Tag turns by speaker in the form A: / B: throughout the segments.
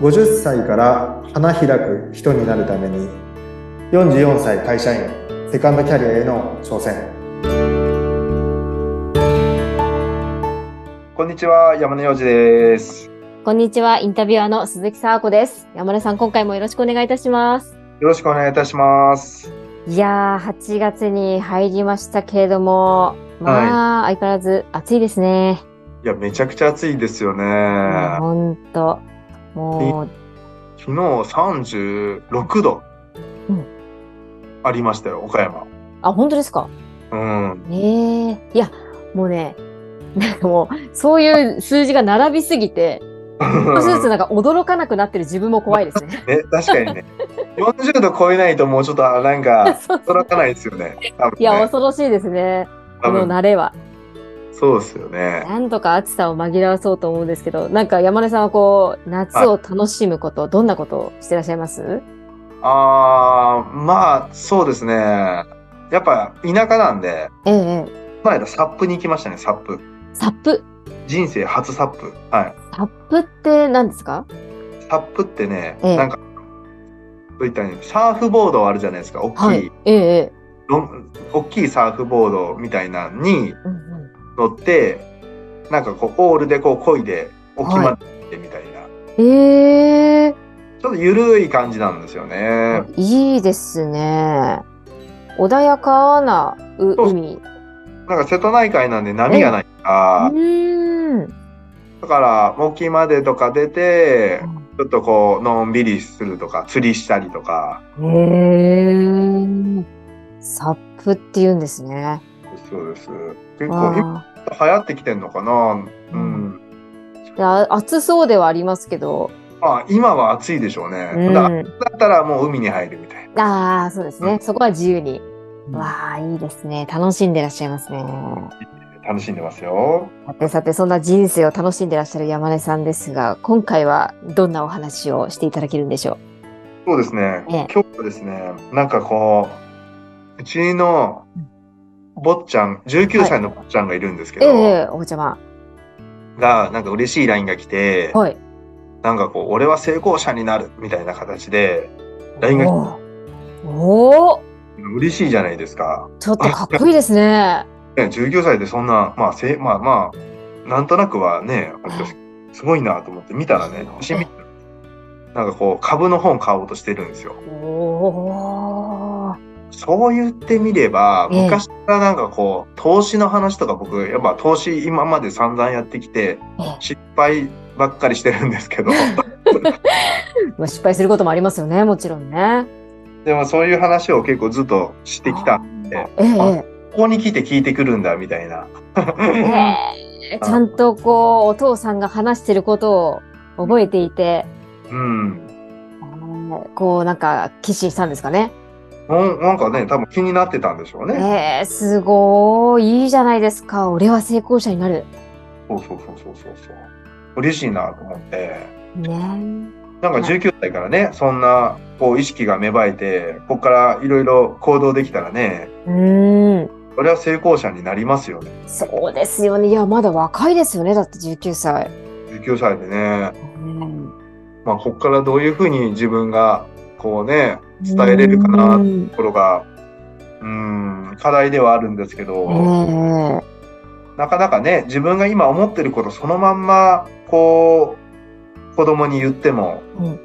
A: 50歳から花開く人になるために44歳会社員セカンドキャリアへの挑戦
B: こんにちは、山根洋次です。よ
C: こんにちは、インタビュアーの鈴木沙和子です。山根さん、今回もよろしくお願いいたします。
B: ろしくお願いいたします。
C: いやー、8月に入りましたけれども、まあ、相変わらず暑いですね。
B: いや、めちゃくちゃ暑いですよね。
C: ほんと。も
B: 昨日36度
C: うん
B: ありましたよ、岡山。
C: う、あ、本当ですか
B: うん。
C: ええいや、もうね、なんかもう、そういう数字が並びすぎて、少しずつなんか驚かなくなってる自分も怖いですね。
B: ね、確かにね。40度超えないともうちょっとあなん か
C: そう
B: 驚かないですよね。多分
C: いや、
B: ね、
C: 恐ろしいですね。
B: 多
C: この
B: 分
C: 慣れは。
B: そうですよね。
C: なんとか暑さを紛らわそうと思うんですけど、なんか山根さんはこう、夏を楽しむこと、どんなことをしてらっしゃいます
B: あー、まあ、そうですね。やっぱ田舎なんで、
C: ええ、
B: この間サップに行きましたね、サップ。
C: サップ。
B: 人生初サップ。はい。
C: サップって何ですか
B: サップってね、
C: ええ
B: なんか、どういったらいいのサーフボードあるじゃないですか、大きい、
C: はい。ええ、
B: ロン大きいサーフボードみたいなのに
C: うんうん
B: 乗って、なんかこう、オールでこう、漕いで、沖まで行ってみたいな、
C: ええ、
B: ちょっとゆるい感じなんですよね。
C: いいですね。穏やかなう
B: そう
C: 海。う
B: なんか瀬戸内海なんで波がないから、
C: ーん。
B: だから、沖までとか出て、ちょっとこう、のんびりするとか、釣りしたりとか、
C: ええ、サップって言うんですね。
B: そうです。結構、今
C: わあ
B: 流行ってきてんのかなうん
C: いや暑そうではありますけど。
B: まあ、今は暑いでしょうね。
C: うん
B: だだったらもう海に入るみたいな。
C: ああ、そうです
B: う
C: ね
B: ん。
C: そこは自由に。
B: うん
C: わあ、いいですね。楽しんでらっしゃいますね。
B: 楽しんでますよ。
C: さてさて、そんな人生を楽しんでらっしゃる山根さんですが、今回はどんなお話をしていただけるんでしょ
B: そうですね。
C: ええ
B: 今日はですね、なんかこう、うちの坊ちゃん、19歳の坊ちゃんがいるんですけ
C: う。え
B: ど、
C: え、お邪魔。
B: が、なんか嬉しい LINE が来て、
C: はい。
B: なんかこう、俺は成功者になるみたいな形で、LINE が来
C: おーおー
B: て、嬉しいじゃないですか。
C: ちょっとかっこいいですね。
B: ね19歳でそんな、まあ、せまあまあ、なんとなくはね、すごいなと思って見たらね、写真見たらなんかこう、株の本買おうとしてるんですよ。
C: おー
B: そう言ってみれば、
C: ええ
B: 昔からなんかこう、投資の話とか僕、やっぱ投資今まで散々やってきて
C: ええ、
B: 失敗ばっかりしてるんです けど、
C: まあ、失敗することもありますよね、もちろんね。
B: でもそういう話を結構ずっとしてきた。で
C: ええ
B: ここに来て聞いてくるんだ、みたいな。
C: ええちゃんとこう、お父さんが話してることを覚えていて、
B: うん。
C: こうなんか、決心したんですかね。
B: なんなんかね、多分気になってたんでしょうね。
C: えー、すごい、いいじゃないですか。俺は成功者になる。
B: そうそうそうそうそうそう。嬉しいなと思って。
C: ね
B: なんか
C: はい
B: 19歳からね、そんなこう意識が芽生えて、ここからいろいろ行動できたらね、
C: え。うーん。
B: それは成功者になりますよね。
C: そうですよね。いや、まだ若いですよね。だって19歳。
B: 19歳でね、
C: うん
B: まあ、ここからどういうふうに自分がこうね、伝えれるかな
C: う
B: って
C: ん
B: ところが、うん、課題ではあるんですけ
C: え
B: ど、
C: ー
B: なかなかね、自分が今思ってることそのまんま、こう、子供に言っても、
C: うんうん。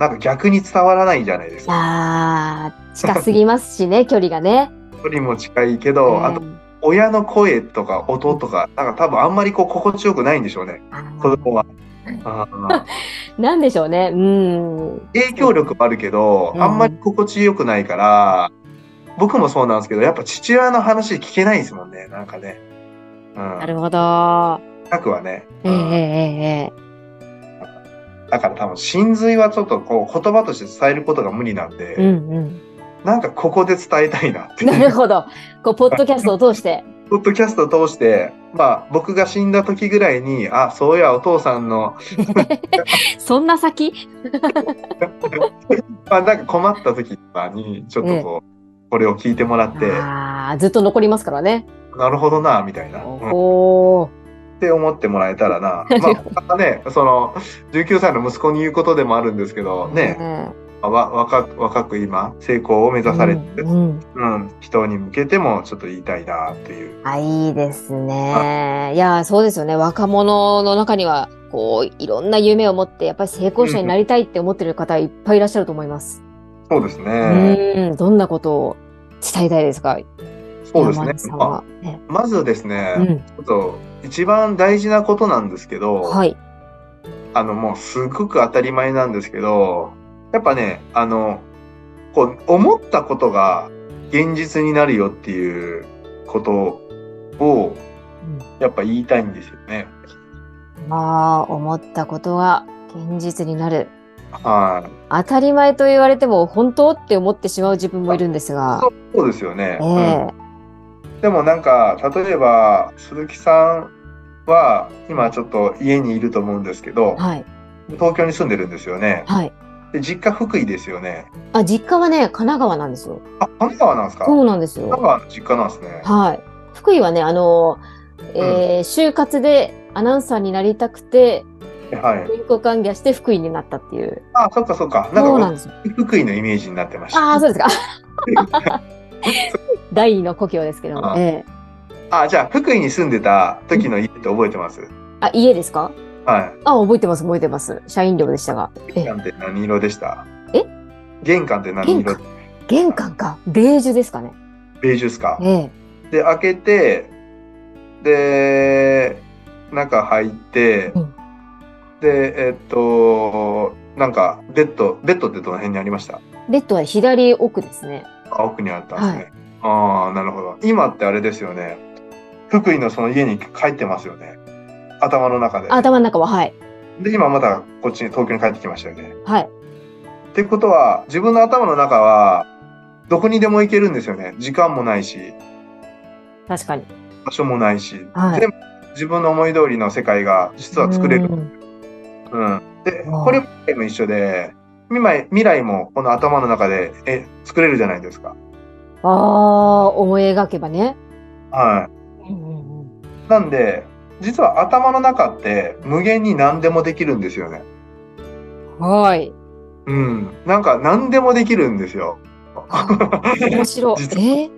B: なんか逆に伝わらないじゃないですか。
C: あー近すぎますしね、距 離がね。
B: 距離も近いけど、あと
C: うん
B: 親の声とか音とか、なんか多分あんまりこう心地よくないんでしょうね、
C: あ
B: 子
C: ー
B: 供は。あー
C: なんでしょうね。うん。
B: 影響力もあるけど、
C: うん
B: あんまり心地よくないから、僕もそうなんですけど、やっぱ父親の話聞けないですもんね、なんかね。うん
C: な、るほど。
B: なくはね。
C: えー、え
B: うん
C: えー、え
B: だから多分、真髄はちょっとこう、言葉として伝えることが無理なんで、
C: えうんうん。
B: なんかここで伝えたいなって。
C: なるほど。こう、ポッドキャストを 通して。
B: ポッドキャストを通して、まあ、僕が死んだ時ぐらいに、あ、そういや、お父さんの、
C: そんな先
B: まあ、なんか困った時とかに、ちょっとこう、これを聞いてもらって、
C: あーずっと残りますからね。
B: なるほどな、みたいな。うん
C: おお。
B: って思ってもらえたら な、まあ、他はね、その19歳の息子に言うことでもあるんですけど、ね、わ若く若く今成功を目指されてる、
C: うんうん
B: うん人に向けてもちょっと言いたいなっていう。
C: あ、いいですね。いや、そうですよね。若者の中には、こう、いろんな夢を持って、やっぱり成功者になりたいって思ってる方いっぱいいらっしゃると思います。
B: そうですね。
C: うん、どんなことを伝えたいですか
B: そうです
C: 山
B: ね
C: 内。さん
B: まあ
C: は。ね
B: まずですね、
C: うん
B: ちょっと一番大事なことなんですけど、
C: はい。
B: あのもうすごく当たり前なんですけど、やっぱね、あの、こう思ったことが現実になるよっていうことをやっぱ言いたいんですよね。
C: まあ、思ったことが現実になる。
B: はい。
C: 当たり前と言われても、本当って思ってしまう自分もいるんですが
B: そ。うそうですよね。
C: ええ
B: うんでもなんか例えば鈴木さんは今ちょっと家にいると思うんですけど
C: はい。
B: 東京に住んでるんですよね
C: はい。
B: で実家福井ですよね
C: あ、実家はね、神奈川なんですよ。
B: あ神奈川なんですか
C: そ
B: 神
C: うなんですよ。
B: 奈川の実家なんですね
C: はい。福井はね、あの、えー就活でアナウンサーになりたくて、
B: はい
C: 全国歓迎して福井になったっていう。
B: あそっかそっかな
C: そうんな
B: か
C: んですよ。
B: 僕福井のイメージになってました
C: ああ、そうですか。 第二の故郷ですけども。
B: あ
C: ええ
B: あじゃあ福井に住んでた時の家って覚えてます
C: あ、家ですか
B: は
C: あ、覚えてます、覚えてます。社員寮でしたが。
B: い
C: え
B: 玄関って何色でした
C: え
B: 玄関って何
C: 玄
B: 色
C: 関玄関か。ベージュですかね。
B: ベージュですか
C: ええ
B: で開けてで中入って、
C: うん
B: でえっとなんかベッドベッドってどの辺にありました
C: ベッドは左奥ですね。
B: あ奥にあったんですね、ああなるほど今ってあれですよね福井のその家に帰ってますよね頭の中で
C: あ頭の中は、はい。
B: で今またこっちに東京に帰ってきましたよね
C: はい。
B: ってことは自分の頭の中はどこにでも行けるんですよね時間もないし
C: 確かに。
B: 場所もないし、
C: はい
B: でも自分の思い通りの世界が実は作れる
C: うん
B: うん、で
C: うん
B: これ未来も一緒で未来未来もこの頭の中でえ作れるじゃないですか。
C: ああ、思い描けばね。
B: は
C: うんうんうん
B: い、なんで実は頭の中って無限に何でもできるんですよね。
C: はい。
B: うん、なんか何でもできるんですよ。
C: 面白い。
B: 実
C: ええ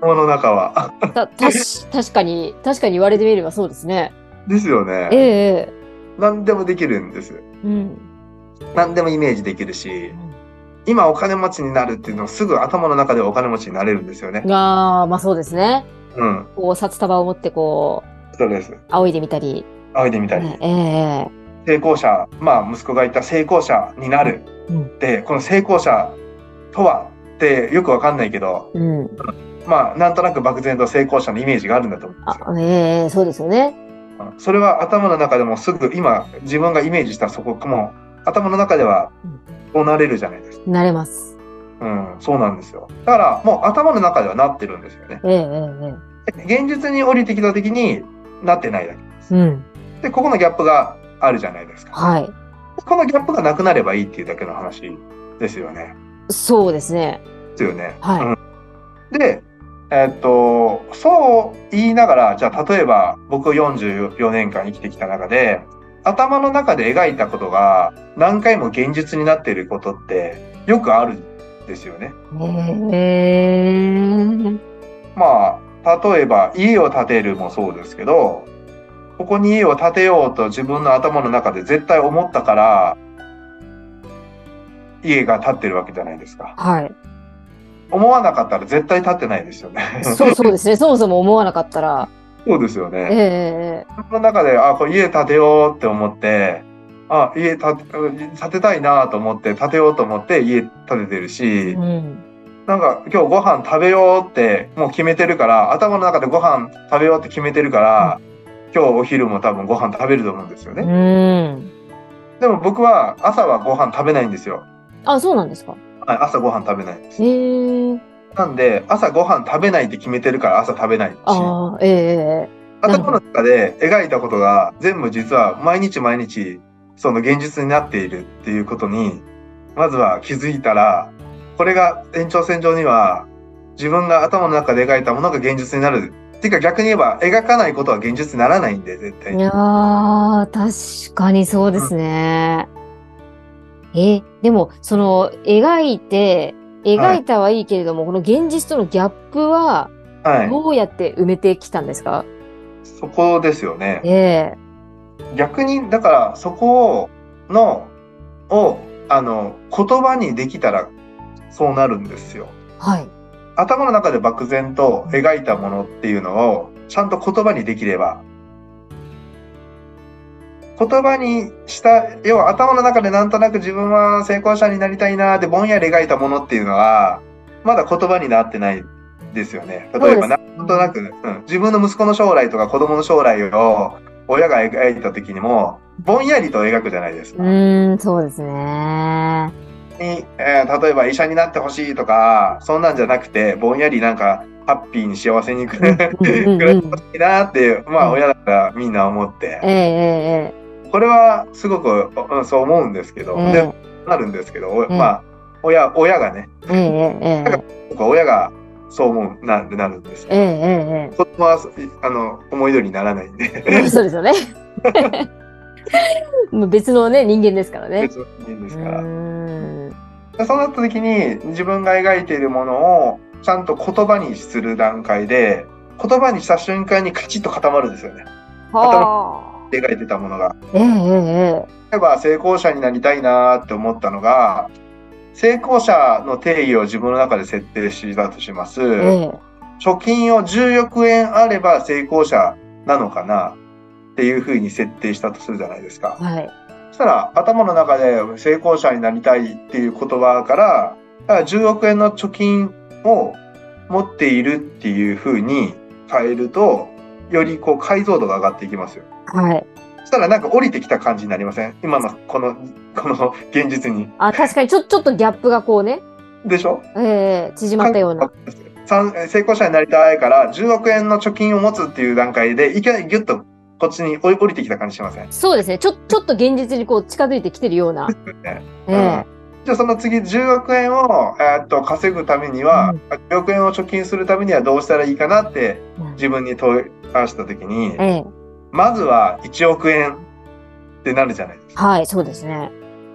B: 頭の中は。
C: たたし確かに確かに言われてみればそうですね。
B: ですよ
C: え
B: ね。
C: え
B: 何でもできるんです。
C: ええうん。
B: 何でもイメージできるし今お金持ちになるっていうのをすぐ頭の中でお金持ちになれるんですよね。
C: ああまあそうですね。
B: うん、
C: こう札束を持ってこ
B: そうです
C: う。仰いでみたり。
B: 仰いでみたり。
C: ねええ
B: 成功者まあ息子が言った成功者になる、
C: うん
B: でこの成功者とはってよくわかんないけど
C: えうん。
B: まあなんとなく漠然と成功者のイメージがあるんだと思うんですよ。
C: あええそうですよね。
B: うんそれは頭の中でもすぐ今自分がイメージしたそこも頭の中では
C: うん
B: こうなれるじゃないですか。
C: なれます。
B: うん、そうなんですよ。だからもう頭の中ではなってるんですよね。
C: ええええ
B: で現実に降りてきた時になってないだけです。
C: ええうん。
B: でここのギャップがあるじゃないですか。
C: はい。
B: このギャップがなくなればいいっていうだけの話ですよね。
C: そうですね。
B: ですよね。
C: はい
B: うんで、えっとそう言いながらじゃあ例えば僕44年間生きてきた中で頭の中で描いたことが何回も現実になっていることってよくあるんですよね。
C: ええ
B: まあ例えば家を建てるもそうですけどここに家を建てようと自分の頭の中で絶対思ったから家が建ってるわけじゃないですか。
C: はい。
B: 思わなかったら絶対建ってないですよね。
C: そうそうですね。そもそも思わなかったら。
B: そうですよ
C: ええ
B: ね。
C: ええ
B: その中で、あ、これ家建てようって思って、あ、家建て建てたいなと思って、建てようと思って家建ててるし、
C: うん。
B: なんか今日ご飯食べようってもう決めてるから、頭の中でご飯食べようって決めてるから、今日お昼も多分ご飯食べると思うんですよ
C: う
B: ね。
C: ん。
B: でも僕は朝はご飯食べないんですよ。
C: あそうなんですか。
B: はい朝ご飯食べないんです。
C: ええ
B: なんで、朝ご飯食べないって決めてるから朝食べないし、
C: ああえええ
B: 頭の中で描いたことが全部実は毎日毎日その現実になっているっていうことにまずは気づいたらこれが延長線上には自分が頭の中で描いたものが現実になるっていうか逆に言えば、描かないことは現実にならないんで、絶対
C: い
B: に。
C: やー、確かにそうですね。え、でも、その、描いて、描いたはいいけれども、この現実とのギャップは、
B: はい。
C: どうやって埋めてきたんですか、
B: そこですよね。
C: え
B: 逆に、だから、そこの、を、あの、言葉にできたら、そうなるんですよ。
C: えはい。
B: 頭の中で漠然と描いたものっていうのをちゃんと言葉にできれば言葉にした要は頭の中でなんとなく自分は成功者になりたいなーってぼんやり描いたものっていうのはまだ言葉になってないですよね例えば
C: そうで
B: な
C: す
B: んとなく、うん自分の息子の将来とか子供の将来を親が描いた時にもぼんやりと描くじゃないですか。
C: うーん、そうですね。
B: に、えー例えば医者になってほしいとかそんなんじゃなくてぼんやりなんかハッピーに幸せに暮ら
C: うんうん うん
B: 暮らしてほしいなっていうまあ
C: うん
B: 親だからみんな思っ
C: ええ
B: て
C: ええ
B: これはすごくおうんそう思うんですけど
C: ええ
B: でなるんですけどお
C: ええ
B: まあ親親がね
C: ええええ
B: 僕は親がそう思うななるんです
C: ええええ
B: けど
C: え
B: 子供はそうあの思い通りにならないんで
C: えそうですよね。もう別のね、人間ですからね。
B: 別の人間で
C: う
B: すから。
C: ーん
B: でそうなった時に自分が描いているものをちゃんと言葉にする段階で言葉にした瞬間にカチッと固まるんですよね
C: はあ。
B: 描いてたものが
C: ええええ
B: 例えば成功者になりたいなーって思ったのが成功者の定義を自分の中で設定したとします、
C: ええええ
B: 貯金を10億円あれば成功者なのかなっていうふうに設定したとするじゃないですか
C: はい。
B: そしたら頭の中で成功者になりたいっていう言葉からだから10億円の貯金を持っているっていうふうに変えるとよりこう解像度が上がっていきますよ。
C: はい。
B: そしたらなんか降りてきた感じになりません今のこのこの現実に。
C: あ、確かに、ちょ、ちょっとギャップがこうね、
B: でしょ
C: ええ縮まったような。
B: 三成功者になりたいから10億円の貯金を持つっていう段階でいきなりギュッとこっちに降り降りてきた感じしません
C: そうですね。ちょ、ちょっと現実にこう近づいてきてるような。
B: ね
C: ええ
B: じゃあその次10億円を、えーっと稼ぐためには、
C: うん
B: 10億円を貯金するためにはどうしたらいいかなって
C: うん
B: 自分に問い合わせた時に、
C: ええ
B: まずは1億円ってなるじゃないですか。
C: はい、そうですね。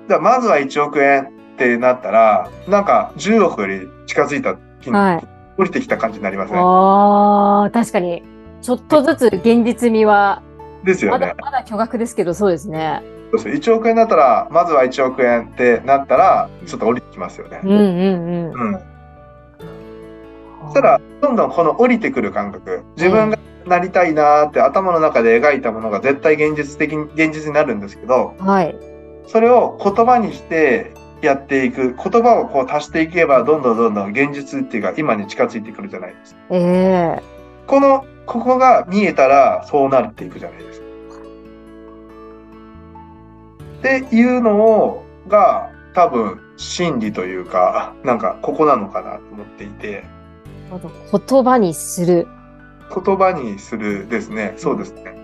B: じゃあまずは1億円ってなったらなんか10億より近づいた金、
C: はい
B: 降りてきた感じになりません
C: ああ、確かに。ちょっとずつ現実味は、
B: ですよ
C: ま
B: ね
C: だ、。まだ巨額ですけど、そうですね。
B: そうそう1億円だったらまずは1億円ってなったらちょっと降りてきますよね。
C: うんうんうん。
B: うんそしたらどんどんこの降りてくる感覚自分がなりたいなーって頭の中で描いたものが絶対現実的に現実になるんですけど
C: はい。
B: それを言葉にしてやっていく言葉をこう足していけばどんどんどんどん現実っていうか今に近づいてくるじゃないですか。
C: ええ
B: このここが見えたらそうなっていくじゃないですか。っていうのをが多分真理というかなんかここなのかなと思っていて
C: あと言葉にする。
B: 言葉にするですねそうですね。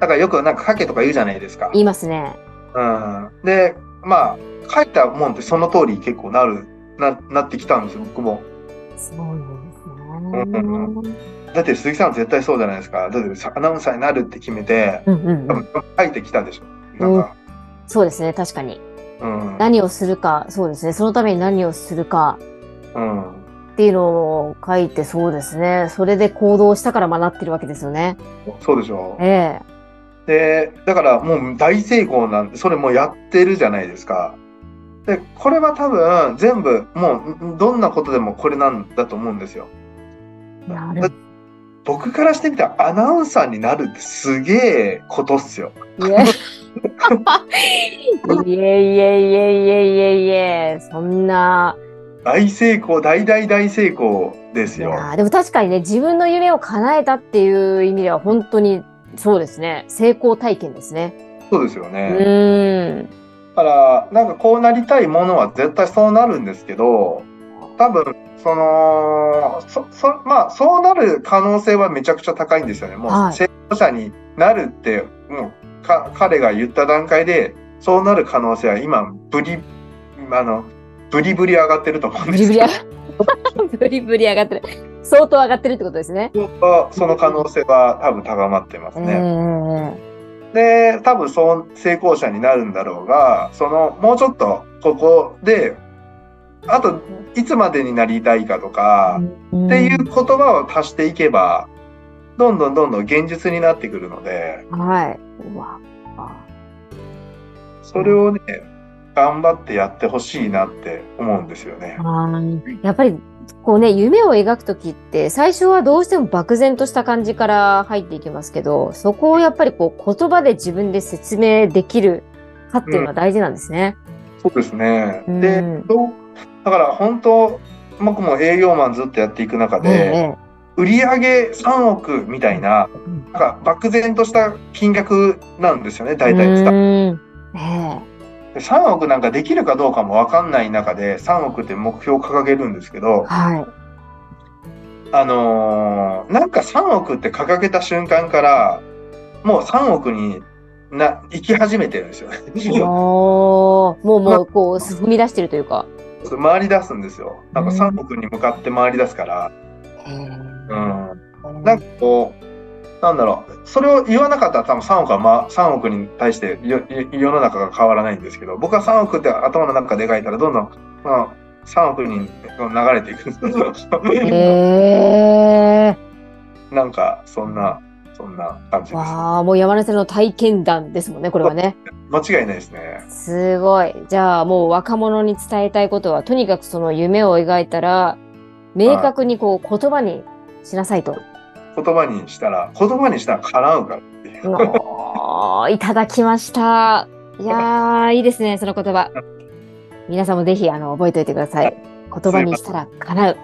B: だからよくなんか書けとか言うじゃないですか。
C: 言いますね。
B: うん、でまあ書いたもんってその通り結構なるななってきたんですよ僕も。
C: すごいです
B: ん
C: ね。
B: だって鈴木さん絶対そうじゃないですか。だってアナウンサーになるって決めて
C: うんうん
B: 多
C: うん。
B: 分書いてきたでしょ。なんか、
C: そうですね、確かに。
B: うん
C: 何をするか、そうですね。そのために何をするか
B: うん、
C: っていうのを書いて、そうですね。それで行動したから学ってるわけですよね。
B: そうでしょ
C: ええ
B: でだからもう大成功なんでそれもうやってるじゃないですかでこれは多分全部もうどんなことでもこれなんだと思うんですよ
C: なる
B: 僕からしてみたらアナウンサーになるってすげえことっすよ
C: いえ。いえいえいえいえいえいえ、そんな。
B: 大成功大大大成功です
C: い
B: よ
C: やーでも確かにね、自分の夢を叶えたっていう意味では本当にそうですね、成功体験ですね。
B: そうですよ
C: う
B: ね、
C: ーん。
B: だからなんかこうなりたいものは絶対そうなるんですけど多分そのそそまあそうなる可能性はめちゃくちゃ高いんですよねも
C: は
B: う
C: い
B: 成功者になるってもうか彼が言った段階でそうなる可能性は今ブリあのブリブリ上がってると思うん
C: ブ
B: で
C: リ
B: す
C: ブ
B: け
C: リ上
B: ど
C: がブリブリ上がってる。相当上がってるってことですね。
B: はその可能性は多分高まってます
C: え
B: ね。
C: え
B: で、多分そう成功者になるんだろうが、そのもうちょっとここで、あといつまでになりたいかとか、
C: うん
B: っていう言葉を足していけば、どんどんどんどん現実になってくるので、
C: はい。うわあ
B: それをね、頑張ってやってほしいなって思うんですよね。
C: やっぱりこうね夢を描く時って最初はどうしても漠然とした感じから入っていきますけどそこをやっぱりこう言葉で自分で説明できるかっていうのは大事なんですね。
B: そうですね。
C: うん
B: で、どうだから本当、僕も営業マンずっとやっていく中
C: ええ
B: で、売り上げ3億みたいな、なんか漠然とした金額なんですよね、大体
C: う
B: 伝わ
C: んね
B: で3億なんかできるかどうかもわかんない中で、3億って目標を掲げるんですけ
C: え
B: ど、
C: はい。
B: あのーなんか3億って掲げた瞬間から、もう3億にな、行き始めてるんですよね。
C: おーもうもうこう踏み出してるというか。
B: 回り出すんですよ。なんか3億に向かって回り出すから、うん。なんかこう、なんだろう、それを言わなかったら多分3億は、ま、3億に対してよよ世の中が変わらないんですけど、僕は3億って頭の中で描いたらどんどん、まあ、3億に流れていくんです
C: え
B: よ。
C: え
B: なんか、そんな、そんな感じです。
C: わあもう山根さんの体験談ですもんねこれはね。
B: 間違いないですね。
C: すごい。じゃあもう若者に伝えたいことはとにかくその夢を描いたら明確にこう言葉にしなさいと。
B: 言葉にしたら、言葉にしたら叶うからっていう。
C: おーいただきました。いやーいいですねその言葉。皆さんもぜひあの覚えておいてください。言葉にしたら叶う。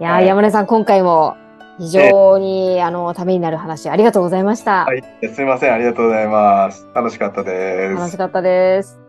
C: いやー
B: はい
C: 山根さん今回も非常にあのためになる話ありがとうございました。
B: はい、すみません、ありがとうございます。楽しかったです。
C: 楽しかったです。